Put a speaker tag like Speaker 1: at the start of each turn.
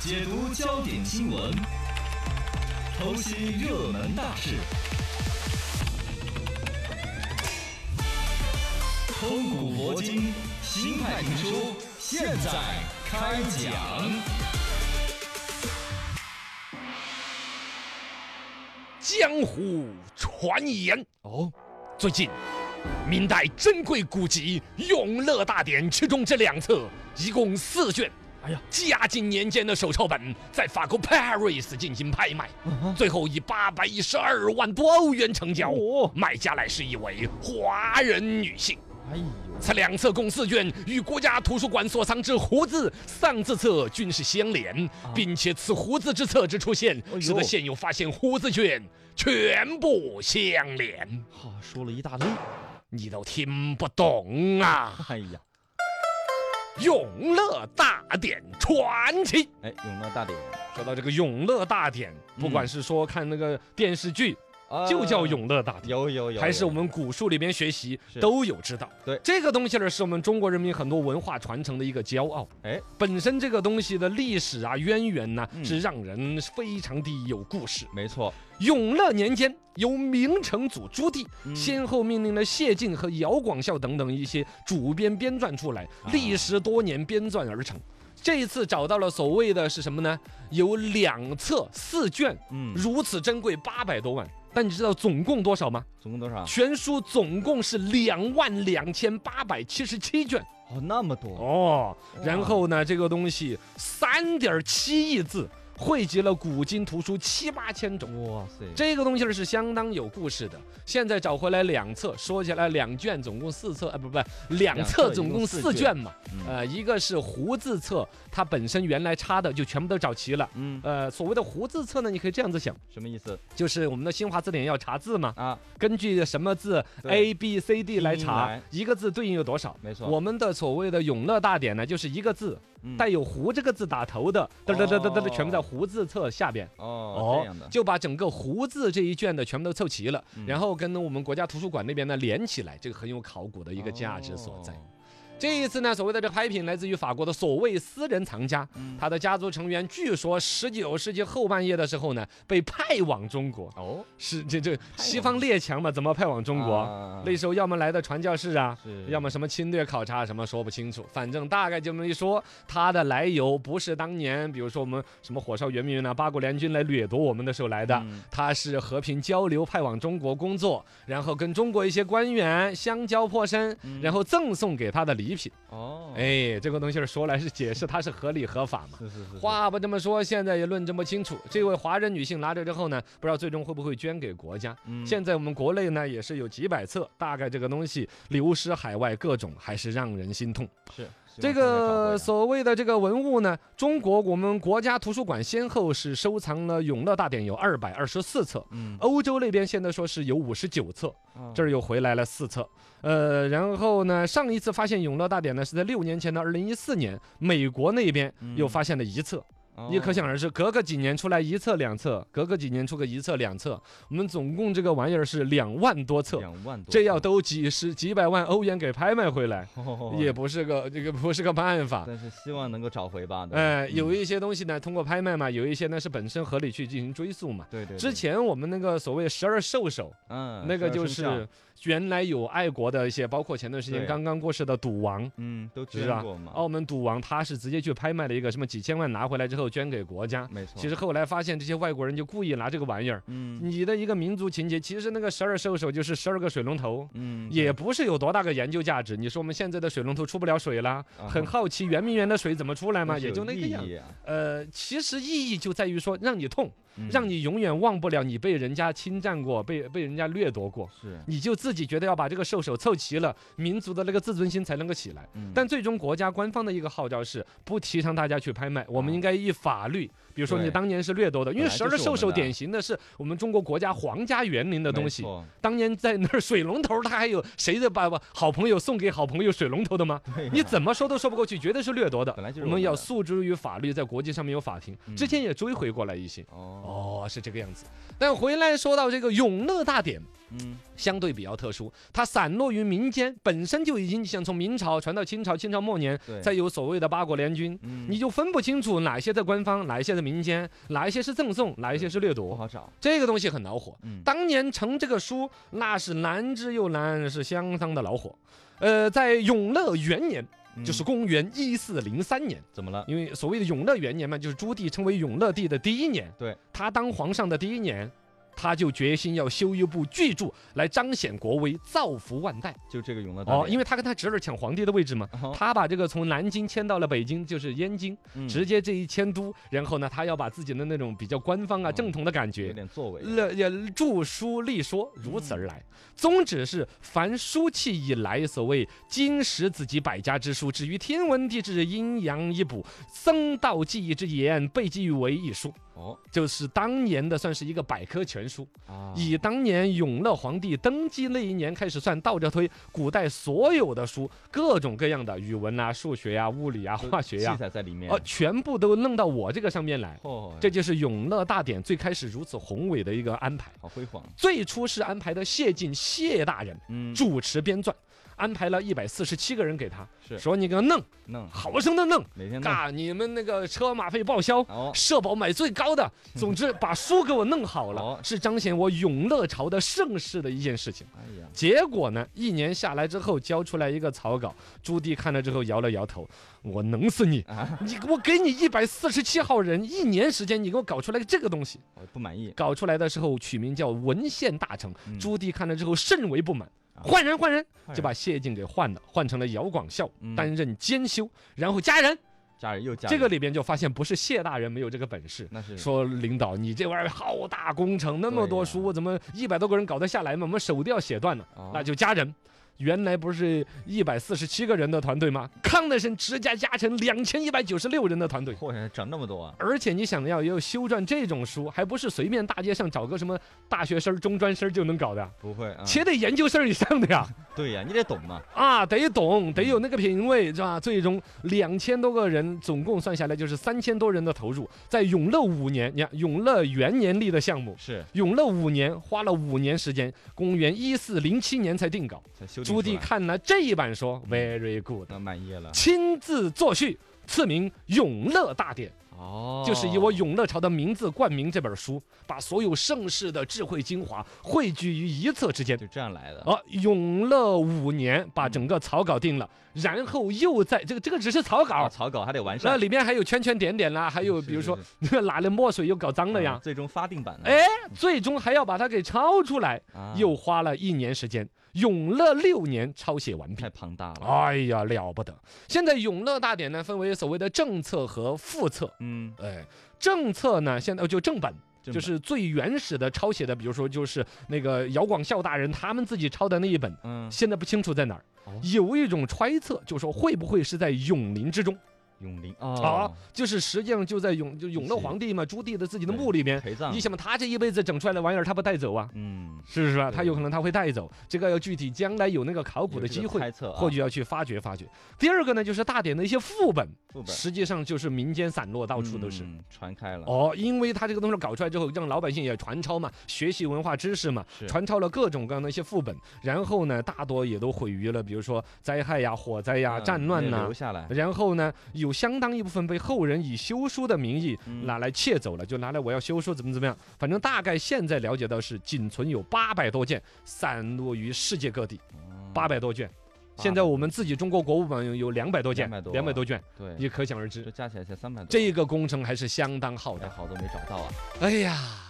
Speaker 1: 解读焦点新闻，剖析热门大事，通古博今，新派评书，现在开讲。
Speaker 2: 江湖传言，
Speaker 3: 哦，
Speaker 2: 最近明代珍贵古籍《永乐大典》其中这两册一共四卷。
Speaker 3: 哎呀，
Speaker 2: 嘉靖年间的手抄本在法国 Paris 进行拍卖，
Speaker 3: 啊
Speaker 2: 最后以八百一十二万多欧元成交。
Speaker 3: 哦
Speaker 2: 卖家来是一位华人女性。
Speaker 3: 哎呦，
Speaker 2: 此两册共四卷，与国家图书馆所藏之胡字上字册均是相连，并且此胡字之册之出现，
Speaker 3: 啊哎呦
Speaker 2: 使得现有发现胡字卷全部相连。
Speaker 3: 哈，说了一大堆，
Speaker 2: 你都听不懂啊！
Speaker 3: 哎呀，
Speaker 2: 《永乐大典传奇》。
Speaker 3: 哎，永乐大典，
Speaker 2: 说到这个《永乐大典》，不管是说看那个电视剧，
Speaker 3: 啊
Speaker 2: 就叫《永乐大典》。
Speaker 3: 有有有，
Speaker 2: 还是
Speaker 3: 有
Speaker 2: 我们古书里边学习
Speaker 3: 是
Speaker 2: 都有知道。
Speaker 3: 对
Speaker 2: 这个东西呢，是我们中国人民很多文化传承的一个骄傲。
Speaker 3: 哎，
Speaker 2: 本身这个东西的历史啊、渊源呐、
Speaker 3: 嗯
Speaker 2: 是让人非常的有故事。
Speaker 3: 没错，
Speaker 2: 永乐年间，由明成祖朱棣、
Speaker 3: 嗯
Speaker 2: 先后命令了谢晋和姚广孝等等一些主编编撰出来，
Speaker 3: 啊
Speaker 2: 历时多年编撰而成。这一次找到了所谓的是什么呢？有两册四卷，
Speaker 3: 嗯，
Speaker 2: 如此珍贵八百多万。但你知道总共多少吗？
Speaker 3: 总共多少？
Speaker 2: 全书总共是两万两千八百七十七卷
Speaker 3: 哦，那么多，
Speaker 2: 哦。
Speaker 3: 哇
Speaker 2: 然后呢，这个东西三点七亿字，汇集了古今图书七八千种。
Speaker 3: 哇塞，
Speaker 2: 这个东西儿是相当有故事的，现在找回来两册，说起来两卷总共四册，啊不不，两
Speaker 3: 两
Speaker 2: 册
Speaker 3: 册
Speaker 2: 总
Speaker 3: 一
Speaker 2: 共
Speaker 3: 共
Speaker 2: 四
Speaker 3: 四
Speaker 2: 卷
Speaker 3: 卷
Speaker 2: 嘛，
Speaker 3: 嗯
Speaker 2: 呃，一个是胡字册，它本身原来插的就全部都找齐了，
Speaker 3: 嗯，
Speaker 2: 呃，所谓的胡字册呢，你可以这样子想，
Speaker 3: 什么意思
Speaker 2: 就是我们的新华字典要查字嘛，
Speaker 3: 啊？
Speaker 2: 根据什么字
Speaker 3: 对
Speaker 2: A B C D 来查
Speaker 3: 拼音来
Speaker 2: 一个字对应有多少。
Speaker 3: 没错，
Speaker 2: 我们的所谓的永乐大典呢，就是一个字
Speaker 3: 嗯
Speaker 2: 带有“胡”这个字打头的，嘚嘚嘚嘚嘚，
Speaker 3: 哦
Speaker 2: 全部在“胡”字册下边。
Speaker 3: 哦这样的，
Speaker 2: 就把整个“胡”字这一卷的全部都凑齐了，
Speaker 3: 嗯
Speaker 2: 然后跟我们国家图书馆那边呢连起来，这个很有考古的一个价值所在。
Speaker 3: 哦
Speaker 2: 这一次呢，所谓的这拍品来自于法国的所谓私人藏家，
Speaker 3: 嗯
Speaker 2: 他的家族成员据说十九世纪后半叶的时候呢，被派往中国。
Speaker 3: 哦，
Speaker 2: 是这这西方列强嘛，怎么派往中国？
Speaker 3: 啊
Speaker 2: 那时候要么来的传教士啊，
Speaker 3: 是
Speaker 2: 要么什么侵略考察，什么说不清楚。反正大概这么一说，它的来由不是当年，比如说我们什么火烧圆明园啊、八国联军来掠夺我们的时候来的。
Speaker 3: 嗯
Speaker 2: 它是和平交流，派往中国工作，然后跟中国一些官员相交颇深，
Speaker 3: 嗯
Speaker 2: 然后赠送给他的礼品。
Speaker 3: 哦，
Speaker 2: 哎，这个东西儿说来是解释，它是合理合法嘛。
Speaker 3: 是是是，是
Speaker 2: 话不这么说，现在也论证不清楚。这位华人女性拿着之后呢，不知道最终会不会捐给国家。
Speaker 3: 嗯
Speaker 2: 现在我们国内呢也是有几百册，大概这个东西流失海外，各种还是让人心痛。
Speaker 3: 是
Speaker 2: 这
Speaker 3: 啊
Speaker 2: 个所谓的这个文物呢，中国我们国家图书馆先后是收藏了《永乐大典》有二百二十四册。
Speaker 3: 嗯，
Speaker 2: 欧洲那边现在说是有五十九册，
Speaker 3: 哦
Speaker 2: 这儿又回来了四册。呃，然后呢，上一次发现《永乐大典》呢是在六年前的二零一四年，美国那边
Speaker 3: 嗯
Speaker 2: 又发现了一册。也可想，
Speaker 3: 哦
Speaker 2: 而知，隔个几年出来一册两册，隔个几年出个一册两册，我们总共这个玩意儿是两万多册，
Speaker 3: 两万多，
Speaker 2: 这要都几十几百万欧元给拍卖回来，
Speaker 3: 哦
Speaker 2: 也不是个这个不是个办法。
Speaker 3: 但是希望能够找回吧。对吧
Speaker 2: 哎，
Speaker 3: 嗯
Speaker 2: 有一些东西呢，通过拍卖嘛，有一些呢是本身合理去进行追溯嘛。
Speaker 3: 对对，
Speaker 2: 之
Speaker 3: 对
Speaker 2: 前我们那个所谓十二兽首，
Speaker 3: 嗯
Speaker 2: 那个
Speaker 3: 十
Speaker 2: 就
Speaker 3: 二生肖
Speaker 2: 是原来有爱国的一些，包括前段时间
Speaker 3: 对
Speaker 2: 刚刚过世的赌王，
Speaker 3: 嗯都
Speaker 2: 是啊哦
Speaker 3: 捐
Speaker 2: 吧
Speaker 3: 过？嘛，
Speaker 2: 澳门赌王他是直接去拍卖了一个什么几千万拿回来之后捐给国家，
Speaker 3: 没错，
Speaker 2: 其实后来发现这些外国人就故意拿这个玩意儿，
Speaker 3: 嗯
Speaker 2: 你的一个民族情节，其实那个十二兽首就是十二个水龙头。
Speaker 3: 嗯
Speaker 2: 也
Speaker 3: 对
Speaker 2: 不是有多大个研究价值。你说我们现在的水龙头出不了水了，
Speaker 3: 啊
Speaker 2: 很好奇圆明园的水怎么出来嘛？
Speaker 3: 但是
Speaker 2: 也
Speaker 3: 有
Speaker 2: 就那个
Speaker 3: 意
Speaker 2: 样。
Speaker 3: 义啊
Speaker 2: 呃，其实意义就在于说让你痛，
Speaker 3: 嗯
Speaker 2: 让你永远忘不了你被人家侵占过，被被人家掠夺过，
Speaker 3: 是
Speaker 2: 你就自己觉得要把这个兽首凑齐了，民族的那个自尊心才能够起来。
Speaker 3: 嗯
Speaker 2: 但最终国家官方的一个号召是不提倡大家去拍卖，我们
Speaker 3: 啊
Speaker 2: 应该以法律，比如说你
Speaker 3: 对
Speaker 2: 当年是掠夺的，因为
Speaker 3: 本来
Speaker 2: 十
Speaker 3: 就
Speaker 2: 二
Speaker 3: 是我
Speaker 2: 兽
Speaker 3: 们
Speaker 2: 首
Speaker 3: 的
Speaker 2: 典型的是我们中国国家皇家园林的东
Speaker 3: 没
Speaker 2: 西，
Speaker 3: 错
Speaker 2: 当年在那儿水龙头，他还有谁的把好朋友送给好朋友水龙头的吗？
Speaker 3: 对啊
Speaker 2: 你
Speaker 3: 呀
Speaker 2: 怎么说都说不过去，绝对是掠夺的。
Speaker 3: 本来就是
Speaker 2: 我
Speaker 3: 我
Speaker 2: 们
Speaker 3: 们
Speaker 2: 要
Speaker 3: 的
Speaker 2: 诉诸于法律，在国际上面有法庭，之
Speaker 3: 嗯
Speaker 2: 前也追回过来一些。
Speaker 3: 哦哦，
Speaker 2: 哦，是这个样子。但回来说到这个永乐大典，
Speaker 3: 嗯，
Speaker 2: 相对比较特殊，它散落于民间，本身就已经像从明朝传到清朝，清朝末年
Speaker 3: 对，
Speaker 2: 再有所谓的八国联军，
Speaker 3: 嗯
Speaker 2: 你就分不清楚哪些在官方，哪一些在民间，哪一些是赠送，哪一些是掠
Speaker 3: 不
Speaker 2: 夺，
Speaker 3: 好找，
Speaker 2: 这个东西很恼火。
Speaker 3: 嗯，
Speaker 2: 当年成这个书，那是难之又难，是相当的恼火。呃，在永乐元年，就
Speaker 3: 嗯
Speaker 2: 是公元一四零三年，
Speaker 3: 怎么了？
Speaker 2: 因为所谓的永乐元年嘛，就是朱棣成为永乐帝的第一年。
Speaker 3: 对，
Speaker 2: 他当皇上的第一年，他就决心要修一部巨著来彰显国威，造福万代。
Speaker 3: 就这个永乐大
Speaker 2: 哦，
Speaker 3: 典
Speaker 2: 因为他跟他侄儿抢皇帝的位置嘛。
Speaker 3: 哦
Speaker 2: 他把这个从南京迁到了北京，就是燕京，
Speaker 3: 嗯
Speaker 2: 直接这一迁都，然后呢，他要把自己的那种比较官方啊、
Speaker 3: 哦
Speaker 2: 正统的感
Speaker 3: 有
Speaker 2: 觉，
Speaker 3: 点作为，
Speaker 2: 了也著书立说，如此而来。宗旨是凡书契以来，所谓经史子集百家之书，至于天文地质、阴阳一卜、僧道技艺之言，被记为一书。
Speaker 3: 哦，
Speaker 2: 就是当年的算是一个百科全书，
Speaker 3: 啊
Speaker 2: 以当年永乐皇帝登基那一年开始算，倒着推，古代所有的书，各种各样的语文啊、数学呀、物理啊、
Speaker 3: 都
Speaker 2: 化学
Speaker 3: 记
Speaker 2: 呀，
Speaker 3: 载在里面
Speaker 2: 哦，，全部都弄到我这个上面来。
Speaker 3: 哦，
Speaker 2: 这就是永乐大典最开始如此宏伟的一个安排。
Speaker 3: 好辉煌，
Speaker 2: 最初是安排的谢晋谢大人
Speaker 3: 嗯，
Speaker 2: 主持编撰，安排了一百四十七个人给他，
Speaker 3: 是嗯
Speaker 2: 说你给他弄，
Speaker 3: 弄
Speaker 2: 好生的弄，
Speaker 3: 每天弄
Speaker 2: 嘎，你们那个车马费报销，
Speaker 3: 哦，
Speaker 2: 社保买最高的，总之把书给我弄好了
Speaker 3: 哦，
Speaker 2: 是彰显我永乐朝的盛世的一件事情。
Speaker 3: 哎呀，
Speaker 2: 结果呢，一年下来之后交出来一个草稿，朱棣看了之后摇了摇头，我能死你！
Speaker 3: 啊，
Speaker 2: 你我给你一百四十七号人一年时间，你给我搞出来个这个东西。
Speaker 3: 我不满意，
Speaker 2: 搞出来的时候取名叫《文献大成》，
Speaker 3: 嗯
Speaker 2: 朱棣看了之后甚为不满。
Speaker 3: 啊
Speaker 2: 换人，换人，
Speaker 3: 换
Speaker 2: 就把谢晋给换了，换成了姚广孝
Speaker 3: 嗯
Speaker 2: 担任监修，然后加人。
Speaker 3: 家人又家
Speaker 2: 这
Speaker 3: 人
Speaker 2: 个里边就发现不是谢大人没有这个本事，
Speaker 3: 那是
Speaker 2: 说领导，你这玩意儿浩大工程，那么
Speaker 3: 对
Speaker 2: 多
Speaker 3: 呀
Speaker 2: 书，怎么一百多个人搞得下来吗？我们手都要写断了，
Speaker 3: 哦
Speaker 2: 那就加人。原来不是一百四十七个人的团队吗？康乃馨直接加成两千一百九十六人的团队。
Speaker 3: 嚯，整那么多啊，
Speaker 2: 而且你想要要修撰这种书，还不是随便大街上找个什么大学生、中专生就能搞的，
Speaker 3: 不会啊，
Speaker 2: 且得研究生以上的呀。
Speaker 3: 对呀，你得懂嘛，
Speaker 2: 啊，得懂，得有那个品味，是吧？最终两千多个人，总共算下来就是三千多人的投入，在永乐五年，你看永乐元年立的项目，
Speaker 3: 是
Speaker 2: 永乐五年花了五年时间，公元一四零七年才定稿。
Speaker 3: 才修订
Speaker 2: 朱
Speaker 3: 出
Speaker 2: 棣
Speaker 3: 来嗯
Speaker 2: 看了这一版说，very good，
Speaker 3: 那满意 了，
Speaker 2: 亲自作序，赐名《永乐大典》。
Speaker 3: 哦，
Speaker 2: 就是以我永乐朝的名字冠名这本书，把所有盛世的智慧精华汇聚于一册之间。
Speaker 3: 就这样来的，
Speaker 2: 啊，永乐五年把整个草稿定了，然后又在这个这个只是草
Speaker 3: 啊
Speaker 2: 稿，
Speaker 3: 草稿还得完
Speaker 2: 哦那
Speaker 3: 善，
Speaker 2: 里面还有圈圈点点啦，还有
Speaker 3: 是
Speaker 2: 比如
Speaker 3: 是
Speaker 2: 说
Speaker 3: 是
Speaker 2: 拿了墨水又搞脏了
Speaker 3: 啊
Speaker 2: 呀，
Speaker 3: 最终发定版了，
Speaker 2: 哎，最终还要把它给抄出来，
Speaker 3: 啊，
Speaker 2: 又花了一年时间。永乐六年抄写完毕
Speaker 3: 太。庞大了，
Speaker 2: 哎呀，了不得！现在《永乐大典》呢，分为所谓的正册和副册。
Speaker 3: 嗯，
Speaker 2: 哎，政策呢，现在哦就正本。
Speaker 3: 正
Speaker 2: 就
Speaker 3: 版
Speaker 2: 是最原始的抄写的，比如说就是那个姚广孝大人他们自己抄的那一本，
Speaker 3: 嗯，
Speaker 2: 现在不清楚在哪儿
Speaker 3: 哦。
Speaker 2: 有一种揣测，就说会不会是在永陵之中
Speaker 3: 永陵
Speaker 2: 啊
Speaker 3: 哦，？
Speaker 2: 就是实际上就在永就永乐
Speaker 3: 是
Speaker 2: 皇帝嘛，朱棣的自己的
Speaker 3: 对嗯
Speaker 2: 墓里面。
Speaker 3: 陪葬
Speaker 2: 你，想嘛，他这一辈子整出来的玩意儿，他不带走啊？
Speaker 3: 嗯，
Speaker 2: 是不是啊？他
Speaker 3: 对
Speaker 2: 有可能他会带走，这个要具体将来有那个考古的
Speaker 3: 有这
Speaker 2: 机
Speaker 3: 个
Speaker 2: 会，
Speaker 3: 猜测啊，
Speaker 2: 或许要去发掘发掘。第二个呢，就是大典的一些副本，
Speaker 3: 副本
Speaker 2: 实际上就是民间散落，到处都是。
Speaker 3: 嗯传开了，
Speaker 2: 哦，因为他这个东西搞出来之后，让老百姓也传抄嘛，学习文化知识嘛，
Speaker 3: 是
Speaker 2: 传抄了各种各样的一些副本，然后呢，大多也都毁于了，比如说灾害呀、火灾
Speaker 3: 嗯
Speaker 2: 呀、啊战乱
Speaker 3: 也
Speaker 2: 呐、
Speaker 3: 留下来，
Speaker 2: 然后呢，有相当一部分被后人以修书的名义
Speaker 3: 嗯
Speaker 2: 拿来窃走了，就拿来我要修书怎么怎么样。反正大概现在了解到是仅存有八百多件，散落于世界各地，
Speaker 3: 嗯
Speaker 2: 八百多卷。
Speaker 3: 800
Speaker 2: 现在我们自己中国国务馆有两百多件，
Speaker 3: 200多啊
Speaker 2: 两百多卷，
Speaker 3: 对，
Speaker 2: 你可想而知
Speaker 3: 这，加起来才三百多，
Speaker 2: 这个工程还是相当浩大
Speaker 3: 哎。好多没找到啊。
Speaker 2: 哎呀，